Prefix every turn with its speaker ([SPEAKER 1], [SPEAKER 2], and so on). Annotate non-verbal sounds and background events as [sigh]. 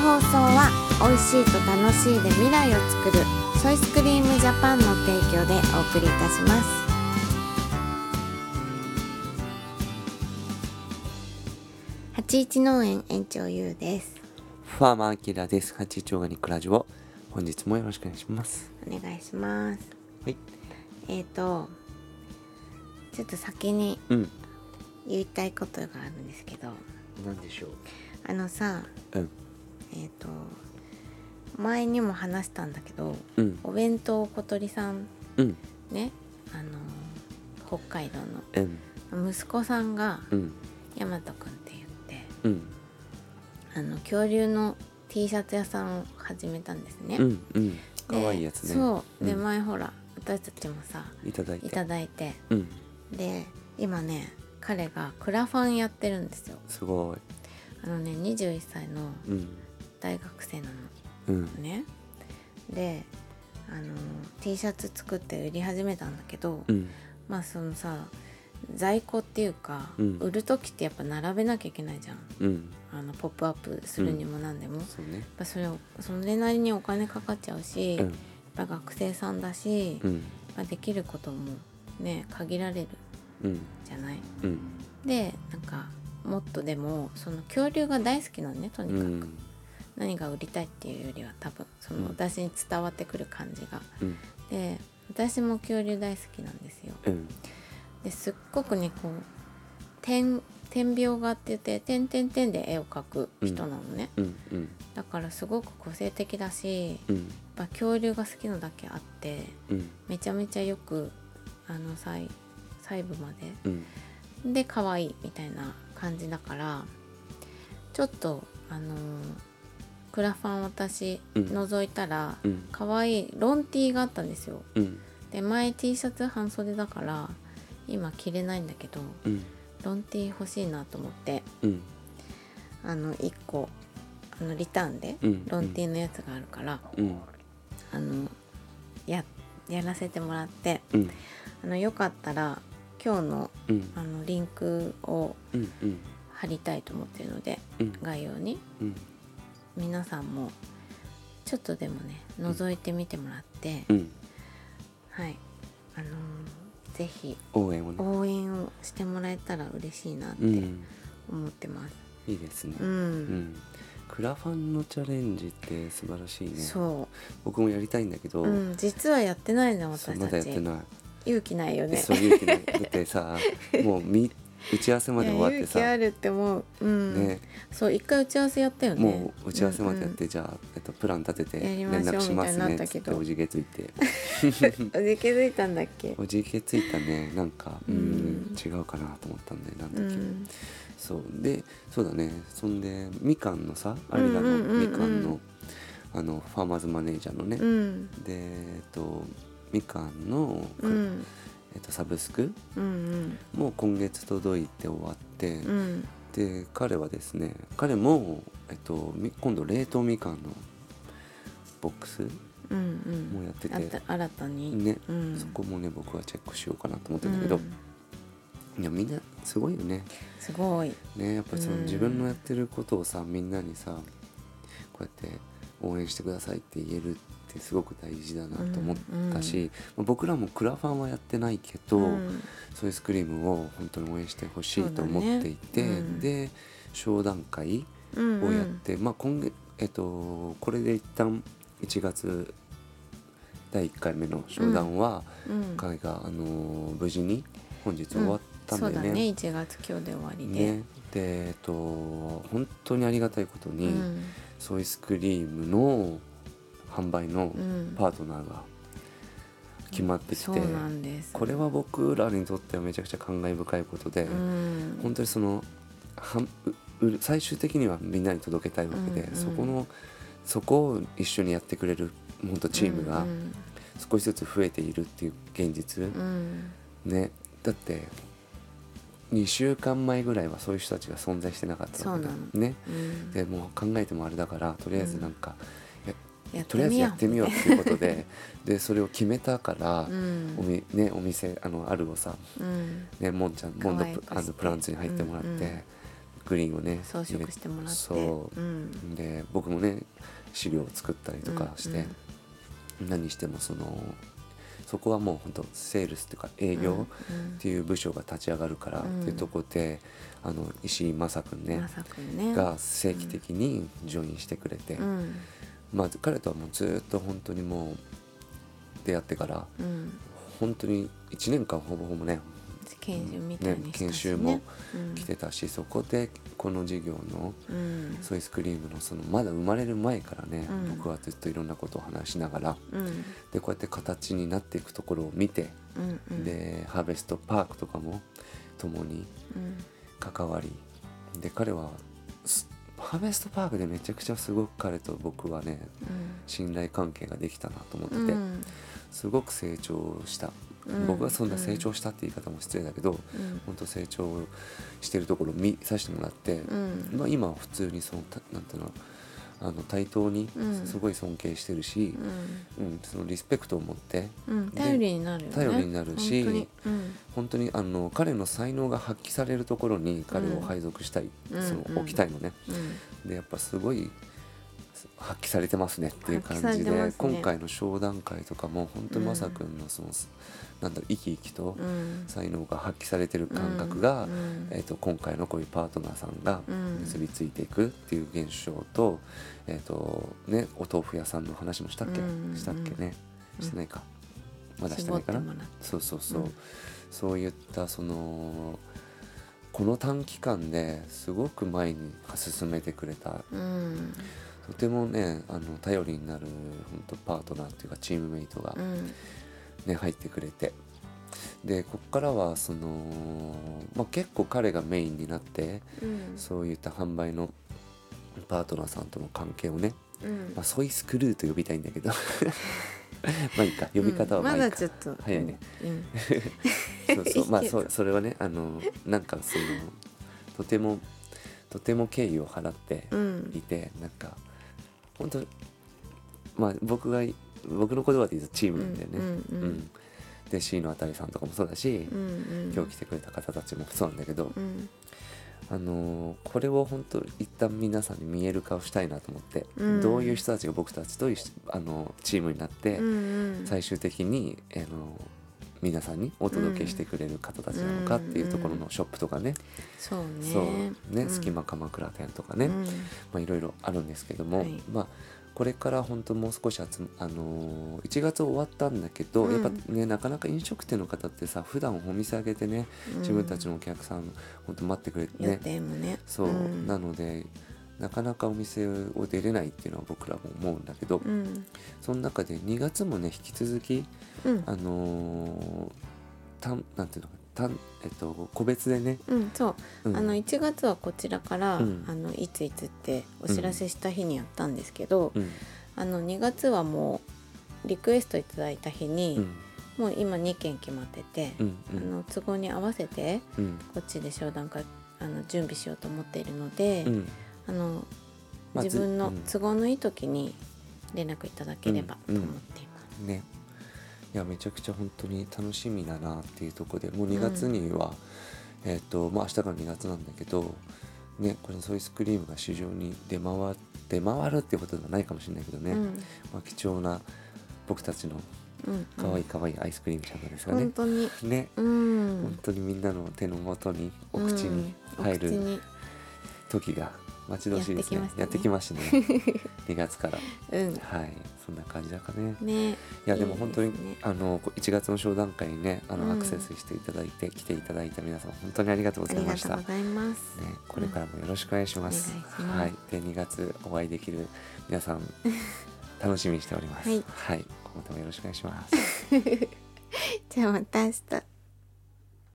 [SPEAKER 1] 放送は美味しいと楽しいで未来を作るソイスクリームジャパンの提供でお送りいたします八一農園園長ゆうです
[SPEAKER 2] ファーマーアキラです。八一オーガニックラジオ。本日もよろしくお願いします。
[SPEAKER 1] お願いします
[SPEAKER 2] はい。
[SPEAKER 1] えっ、とちょっと先に
[SPEAKER 2] うん。
[SPEAKER 1] 言いたいことがあるんですけど
[SPEAKER 2] なんでしょ
[SPEAKER 1] あのさ
[SPEAKER 2] う。うん。
[SPEAKER 1] えっ、と前にも話したんだけど
[SPEAKER 2] うん。
[SPEAKER 1] お弁当小鳥さん
[SPEAKER 2] うん。
[SPEAKER 1] ねあの北海道の
[SPEAKER 2] うん。
[SPEAKER 1] 息子さんが
[SPEAKER 2] うん。
[SPEAKER 1] 大和くんって言って
[SPEAKER 2] うん。
[SPEAKER 1] あの恐竜の T シャツ屋さんを始めたんですね。
[SPEAKER 2] うん。うん。
[SPEAKER 1] で
[SPEAKER 2] 可愛いやつね。
[SPEAKER 1] そうで
[SPEAKER 2] ん
[SPEAKER 1] 前ほら私たちもさ
[SPEAKER 2] いただい
[SPEAKER 1] い
[SPEAKER 2] て。
[SPEAKER 1] ただいて
[SPEAKER 2] うん。
[SPEAKER 1] で今ね彼がクラファンやってるんですよ。
[SPEAKER 2] すごい。
[SPEAKER 1] あのね21歳の
[SPEAKER 2] うん。
[SPEAKER 1] 大学生な
[SPEAKER 2] うん。
[SPEAKER 1] のね。であの T シャツ作って売り始めたんだけど、
[SPEAKER 2] うん。
[SPEAKER 1] まあそのさ在庫っていうか、
[SPEAKER 2] うん
[SPEAKER 1] 売る時ってやっぱ並べなきゃいけないじゃん
[SPEAKER 2] うん。
[SPEAKER 1] あのポップアップするにも何でも、やっ
[SPEAKER 2] そうね。
[SPEAKER 1] ぱそれをそれなりにお金かかっちゃうし、や
[SPEAKER 2] う
[SPEAKER 1] っ
[SPEAKER 2] ん。
[SPEAKER 1] ぱ学生さんだし、
[SPEAKER 2] うん。
[SPEAKER 1] まあ、できることもね限られる
[SPEAKER 2] うん。
[SPEAKER 1] じゃない
[SPEAKER 2] うん。
[SPEAKER 1] でなんかもっとでもその恐竜が大好きなのねと
[SPEAKER 2] う
[SPEAKER 1] にかく、
[SPEAKER 2] ん。
[SPEAKER 1] 何
[SPEAKER 2] 何
[SPEAKER 1] が売りたいっていうよりは多分その
[SPEAKER 2] うん
[SPEAKER 1] 私に伝わってくる感じが
[SPEAKER 2] うん。
[SPEAKER 1] で私も恐竜大好きなんですよ
[SPEAKER 2] うん。
[SPEAKER 1] ですっごくねこう点点描画って言って点点点で絵を描く人なのね、
[SPEAKER 2] うん。うん。
[SPEAKER 1] だからすごく個性的だしやっ
[SPEAKER 2] うん。
[SPEAKER 1] ぱ恐竜が好きなだけあって
[SPEAKER 2] うん。
[SPEAKER 1] めちゃめちゃよくあの細細部ま
[SPEAKER 2] うん。
[SPEAKER 1] でで可愛いみたいな感じだからちょっとあのークラファン私
[SPEAKER 2] うん
[SPEAKER 1] 覗いたら、
[SPEAKER 2] うん。
[SPEAKER 1] 可愛いロン T があったんですよ
[SPEAKER 2] うん。
[SPEAKER 1] で前 T シャツ半袖だから今着れないんだけど
[SPEAKER 2] うん。
[SPEAKER 1] ロンティー欲しいなと思って
[SPEAKER 2] うん。
[SPEAKER 1] あの1個あのリターンで
[SPEAKER 2] うん
[SPEAKER 1] ロンティーのやつがあるから、
[SPEAKER 2] うん。
[SPEAKER 1] あのややらせてもらって
[SPEAKER 2] うん。
[SPEAKER 1] あのよかったら今日の
[SPEAKER 2] うん。
[SPEAKER 1] あのリンクを
[SPEAKER 2] うん。うん。
[SPEAKER 1] 貼りたいと思ってるので
[SPEAKER 2] うん。
[SPEAKER 1] 概要に
[SPEAKER 2] うん。
[SPEAKER 1] 皆さんもちょっとでもね覗いてみてもらって、
[SPEAKER 2] うん。
[SPEAKER 1] はいあのーぜひ
[SPEAKER 2] 応援をね。
[SPEAKER 1] 応援をしてもらえたら嬉しいなって
[SPEAKER 2] うん。
[SPEAKER 1] 思ってます。
[SPEAKER 2] いいですね。う
[SPEAKER 1] うん
[SPEAKER 2] ん、クラファンのチャレンジって素晴らしいね
[SPEAKER 1] そう
[SPEAKER 2] 僕もやりたいんだけど、
[SPEAKER 1] うん、実はやってないの
[SPEAKER 2] そう
[SPEAKER 1] 私
[SPEAKER 2] まだ
[SPEAKER 1] た
[SPEAKER 2] やっ
[SPEAKER 1] ち、
[SPEAKER 2] てない、
[SPEAKER 1] 勇気ないよね
[SPEAKER 2] そう勇気ないだってさもうみ打ち合わせまで終わっ
[SPEAKER 1] いや
[SPEAKER 2] て
[SPEAKER 1] 勇気
[SPEAKER 2] さ
[SPEAKER 1] あるって思う、うん
[SPEAKER 2] ね、
[SPEAKER 1] そう一回打ち合わせやったよね
[SPEAKER 2] もう打ち合わせまでやって、じゃあ、えっと、プラン立てて
[SPEAKER 1] やり
[SPEAKER 2] 連
[SPEAKER 1] ましょう
[SPEAKER 2] 絡します
[SPEAKER 1] みたいに
[SPEAKER 2] ね
[SPEAKER 1] なった
[SPEAKER 2] っつ
[SPEAKER 1] け
[SPEAKER 2] っ
[SPEAKER 1] ど
[SPEAKER 2] ておじけついて
[SPEAKER 1] うんうん、で気づいたんだっけ、
[SPEAKER 2] おじけついたねなんかうん
[SPEAKER 1] うん
[SPEAKER 2] 違うかなと思ったんでなん
[SPEAKER 1] う
[SPEAKER 2] だっけ、
[SPEAKER 1] ん、
[SPEAKER 2] そうでそうだねそんでみかんのさ有田
[SPEAKER 1] う
[SPEAKER 2] の
[SPEAKER 1] んうんうんうん
[SPEAKER 2] みかんのあのファーマーズマネージャーのね、
[SPEAKER 1] うん
[SPEAKER 2] でえっとみかんの、
[SPEAKER 1] うんうん
[SPEAKER 2] えっと、サブスク
[SPEAKER 1] うん
[SPEAKER 2] も今月届いて終わって、
[SPEAKER 1] うん
[SPEAKER 2] で彼はですね彼も、えっと、み今度冷凍みかんのボック
[SPEAKER 1] う
[SPEAKER 2] ス、
[SPEAKER 1] んうん
[SPEAKER 2] もうやってて
[SPEAKER 1] あた新たに
[SPEAKER 2] ね
[SPEAKER 1] うん、
[SPEAKER 2] そこもね僕はチェックしようかなと思ってるんだけど
[SPEAKER 1] う、ん
[SPEAKER 2] いやみんなすごいよね
[SPEAKER 1] すごい
[SPEAKER 2] ねやっぱりその
[SPEAKER 1] うん
[SPEAKER 2] 自分のやってることをさみんなにさこうやって応援してくださいって言えるってすごく大事だなと思ったし、
[SPEAKER 1] うん
[SPEAKER 2] まあ僕らもクラファンはやってないけど、
[SPEAKER 1] うん
[SPEAKER 2] そういうスクリームを本当に応援してほしいと
[SPEAKER 1] そうだ
[SPEAKER 2] 思
[SPEAKER 1] ね
[SPEAKER 2] っていて、
[SPEAKER 1] うん
[SPEAKER 2] で商談会
[SPEAKER 1] うん
[SPEAKER 2] をやって、まあ今月えっとこれで一旦1月第1回目の商談は、
[SPEAKER 1] うん、
[SPEAKER 2] 会が、あのー無事に本日終わったんだ
[SPEAKER 1] そう
[SPEAKER 2] よ
[SPEAKER 1] だ
[SPEAKER 2] ね。
[SPEAKER 1] ね1月今日で終わりで、
[SPEAKER 2] ねでえっと本当にありがたいこと
[SPEAKER 1] う
[SPEAKER 2] に、
[SPEAKER 1] ん
[SPEAKER 2] ソイスクリームの販売の
[SPEAKER 1] うん、
[SPEAKER 2] パートナーが決まってきて、
[SPEAKER 1] そうなんです
[SPEAKER 2] これは僕らにとってはめちゃくちゃ感慨深いことで、
[SPEAKER 1] うん、
[SPEAKER 2] 本当にそのはんうう最終的にはみんなに届けたいわけで、
[SPEAKER 1] うんうん
[SPEAKER 2] そこのそこを一緒にやってくれる本当チームが
[SPEAKER 1] うん
[SPEAKER 2] 少しずつ増えているっていう現実、
[SPEAKER 1] うん
[SPEAKER 2] ねだって2週間前ぐらいはそういう人たちが存在してなかったわけだ
[SPEAKER 1] そうな
[SPEAKER 2] ね
[SPEAKER 1] うん
[SPEAKER 2] でもう考えてもあれだからとりあえずなんか、
[SPEAKER 1] やっ
[SPEAKER 2] とりあ
[SPEAKER 1] て
[SPEAKER 2] えず
[SPEAKER 1] みよ
[SPEAKER 2] や
[SPEAKER 1] う
[SPEAKER 2] ってみようっていうこと
[SPEAKER 1] [laughs]
[SPEAKER 2] ででそれを決めたから、
[SPEAKER 1] うん
[SPEAKER 2] おみね、お店あのあるをさ
[SPEAKER 1] うん
[SPEAKER 2] ね、もんちゃん
[SPEAKER 1] 可
[SPEAKER 2] もんの
[SPEAKER 1] 愛
[SPEAKER 2] プ
[SPEAKER 1] くして
[SPEAKER 2] あのプランツに入ってもらって、
[SPEAKER 1] うんうん
[SPEAKER 2] グリーンをね
[SPEAKER 1] 装
[SPEAKER 2] 入
[SPEAKER 1] 飾
[SPEAKER 2] れ
[SPEAKER 1] してもらって
[SPEAKER 2] そ
[SPEAKER 1] うん、
[SPEAKER 2] で僕もね資料を作ったりとかして、
[SPEAKER 1] うん
[SPEAKER 2] 何してもそのそこはもう本当セールスっていうか営業
[SPEAKER 1] うん
[SPEAKER 2] っていう部署が立ち上がるから、
[SPEAKER 1] うん
[SPEAKER 2] っていうとこであの石井正君
[SPEAKER 1] うん
[SPEAKER 2] ね
[SPEAKER 1] ま、さくんね
[SPEAKER 2] が正規的にジョインしてくれて、
[SPEAKER 1] うん
[SPEAKER 2] まあ、彼とはもうずっと本当にもう出会ってから
[SPEAKER 1] うん
[SPEAKER 2] 本当に1年間ほぼほぼね
[SPEAKER 1] 研修みたいにしたし、ね
[SPEAKER 2] ね研修も
[SPEAKER 1] うん
[SPEAKER 2] 来てたし、そこでこの事業の
[SPEAKER 1] うん
[SPEAKER 2] ソイスクリームのそのまだ生まれる前からね、
[SPEAKER 1] うん
[SPEAKER 2] 僕はずっといろんなことを話しながら
[SPEAKER 1] うん
[SPEAKER 2] でこうやって形になっていくところを見て、
[SPEAKER 1] うんうん
[SPEAKER 2] でハーベストパークとかも共に
[SPEAKER 1] うん
[SPEAKER 2] 関わりで彼はすハーベストパークでめちゃくちゃすごく彼と僕はね信頼関係ができたなと思って
[SPEAKER 1] うん
[SPEAKER 2] て、
[SPEAKER 1] うん
[SPEAKER 2] すごく成長した、
[SPEAKER 1] うん
[SPEAKER 2] 僕はそんな成長したって言い方も失礼だけど、
[SPEAKER 1] うん
[SPEAKER 2] 本当成長してるところを見させてもらって、
[SPEAKER 1] うん
[SPEAKER 2] まあ、今は普通にそのたなんていうのあの対等に
[SPEAKER 1] うん
[SPEAKER 2] すごい尊敬してるし、うんそのリスペクトを持って
[SPEAKER 1] うん、
[SPEAKER 2] で
[SPEAKER 1] 頼りになるよね
[SPEAKER 2] 頼りになる
[SPEAKER 1] 本
[SPEAKER 2] し
[SPEAKER 1] 当にうん
[SPEAKER 2] 本当にあの彼の才能が発揮されるところに彼
[SPEAKER 1] うん
[SPEAKER 2] を配属したい、
[SPEAKER 1] うん
[SPEAKER 2] そ
[SPEAKER 1] うん
[SPEAKER 2] の置きたいのね。
[SPEAKER 1] うん
[SPEAKER 2] でやっぱすごい発揮されてますねっていう感
[SPEAKER 1] 発揮され
[SPEAKER 2] じ
[SPEAKER 1] て
[SPEAKER 2] で、
[SPEAKER 1] ますね
[SPEAKER 2] 今回の商談会とかも本当に
[SPEAKER 1] うん
[SPEAKER 2] まさくんのその、なんだろう生き生きと
[SPEAKER 1] うん
[SPEAKER 2] 才能が発揮されてる感覚が、
[SPEAKER 1] うん
[SPEAKER 2] えー、と今回のこういうパートナーさんが
[SPEAKER 1] うん
[SPEAKER 2] 結びついていくっていう現象と,、えーとね、お豆腐屋さんの話もしたっけ、
[SPEAKER 1] うん
[SPEAKER 2] したっけね
[SPEAKER 1] うん
[SPEAKER 2] してないか、まだして
[SPEAKER 1] 絞
[SPEAKER 2] な
[SPEAKER 1] っ
[SPEAKER 2] いか
[SPEAKER 1] て
[SPEAKER 2] な
[SPEAKER 1] もらって
[SPEAKER 2] そうそうそう、
[SPEAKER 1] うん
[SPEAKER 2] そういったそのこの短期間ですごく前に進めてくれた
[SPEAKER 1] うん
[SPEAKER 2] とてもねあの頼りになる本当パートナーっていうかチームメイトが、
[SPEAKER 1] うん
[SPEAKER 2] ね、入ってくれてでこっからはその、まあ、結構彼がメインになって
[SPEAKER 1] うん
[SPEAKER 2] そういった販売のパートナーさんとの関係をね、
[SPEAKER 1] うん
[SPEAKER 2] まあ、ソイスクルーと呼びたいん
[SPEAKER 1] [laughs]
[SPEAKER 2] だけどまあいいか呼び方はまあ
[SPEAKER 1] ま
[SPEAKER 2] い
[SPEAKER 1] だ
[SPEAKER 2] いか、
[SPEAKER 1] ちょっと
[SPEAKER 2] 早いね
[SPEAKER 1] うん
[SPEAKER 2] そうそ
[SPEAKER 1] [laughs]
[SPEAKER 2] うまあ
[SPEAKER 1] いいけど
[SPEAKER 2] そそれはねあのなんかそのとてもとても敬意を払って
[SPEAKER 1] うん
[SPEAKER 2] いて、なんか本当まあ僕が僕の言葉で言うとチームなんだよね。
[SPEAKER 1] うんうんうん
[SPEAKER 2] で C のあたりさんとかもそうだし、
[SPEAKER 1] うんうん
[SPEAKER 2] 今日来てくれた方たちもそうなんだけど、
[SPEAKER 1] うん
[SPEAKER 2] あのーこれを本当一旦皆さんに見える化をしたいなと思って、
[SPEAKER 1] うん
[SPEAKER 2] どういう人たちが僕たちと一緒あのチームになって、
[SPEAKER 1] うんうん
[SPEAKER 2] 最終的に、あの皆さんにお届けしてくれる方たちなのかっていうところのショップとかね、
[SPEAKER 1] そうね
[SPEAKER 2] そうね、
[SPEAKER 1] うん
[SPEAKER 2] 隙間鎌倉店とかね、
[SPEAKER 1] うん
[SPEAKER 2] まあ、いろいろあるんですけども、
[SPEAKER 1] はい
[SPEAKER 2] まあこれから本当もう少し集まあのー1月終わったんだけど、
[SPEAKER 1] うん
[SPEAKER 2] やっぱねなかなか飲食店の方ってさ普段お店あげてね自分たちのお客さん本当待ってくれて
[SPEAKER 1] 予
[SPEAKER 2] ね
[SPEAKER 1] 定もね
[SPEAKER 2] そう、
[SPEAKER 1] ん
[SPEAKER 2] なのでなかなかお店を出れないっていうのは僕らも思うんだけど、
[SPEAKER 1] うん
[SPEAKER 2] その中で2月もね引き続き
[SPEAKER 1] うん
[SPEAKER 2] あのー、たんなんていうのかたんえっと個別でね、
[SPEAKER 1] うんそう
[SPEAKER 2] うん
[SPEAKER 1] あの1月はこちらから、
[SPEAKER 2] うん
[SPEAKER 1] あのいついつってお知らせした日にやったんですけど、
[SPEAKER 2] うん
[SPEAKER 1] あの2月はもうリクエストいただいた日に、
[SPEAKER 2] うん
[SPEAKER 1] もう今2件決まってて
[SPEAKER 2] う、んう
[SPEAKER 1] あ
[SPEAKER 2] ん
[SPEAKER 1] の都合に合わせて
[SPEAKER 2] うん
[SPEAKER 1] こっちで商談会あの準備しようと思っているので、
[SPEAKER 2] うん
[SPEAKER 1] あの
[SPEAKER 2] まあ
[SPEAKER 1] 自分の
[SPEAKER 2] ずうん
[SPEAKER 1] 都合のいい時に連絡いただければと
[SPEAKER 2] うん
[SPEAKER 1] 思っています。
[SPEAKER 2] ねいやめちゃくちゃ本当に楽しみだなっていうところでもう2月には、えっ、とまあ明日から2月なんだけどねこのソイスクリームが市場に出回出回るっていうことではないかもしれないけどね、
[SPEAKER 1] うん
[SPEAKER 2] まあ、貴重な僕たちの
[SPEAKER 1] うん
[SPEAKER 2] 可愛い可愛いアイスクリームちゃんなんですがね
[SPEAKER 1] 本、当に、
[SPEAKER 2] ね
[SPEAKER 1] うん、
[SPEAKER 2] 本当にみんなの手の元にお口に
[SPEAKER 1] うん
[SPEAKER 2] 入
[SPEAKER 1] お口
[SPEAKER 2] る
[SPEAKER 1] に
[SPEAKER 2] 時が待ち遠しいですね
[SPEAKER 1] や
[SPEAKER 2] や
[SPEAKER 1] っ
[SPEAKER 2] ってて
[SPEAKER 1] き
[SPEAKER 2] き
[SPEAKER 1] ま
[SPEAKER 2] ましたね
[SPEAKER 1] [laughs]
[SPEAKER 2] 2月から
[SPEAKER 1] うん
[SPEAKER 2] はいそんな感じだかね
[SPEAKER 1] ね
[SPEAKER 2] いやでも本当に
[SPEAKER 1] いいですね
[SPEAKER 2] あのこ1月の商談会にねあの、
[SPEAKER 1] うん
[SPEAKER 2] アクセスしていただいて来ていただいた皆様本当にありがとうご
[SPEAKER 1] あ
[SPEAKER 2] ざい
[SPEAKER 1] り
[SPEAKER 2] ま
[SPEAKER 1] が
[SPEAKER 2] し
[SPEAKER 1] と
[SPEAKER 2] た
[SPEAKER 1] うございます。
[SPEAKER 2] ね、これからもよろしくお願いします。
[SPEAKER 1] お願いします
[SPEAKER 2] はい、で、2月お会いできる皆
[SPEAKER 1] [laughs]
[SPEAKER 2] さん。楽しみにしております。
[SPEAKER 1] はい
[SPEAKER 2] はい、今後ともよろしくお願いします。
[SPEAKER 1] じゃあまた明日。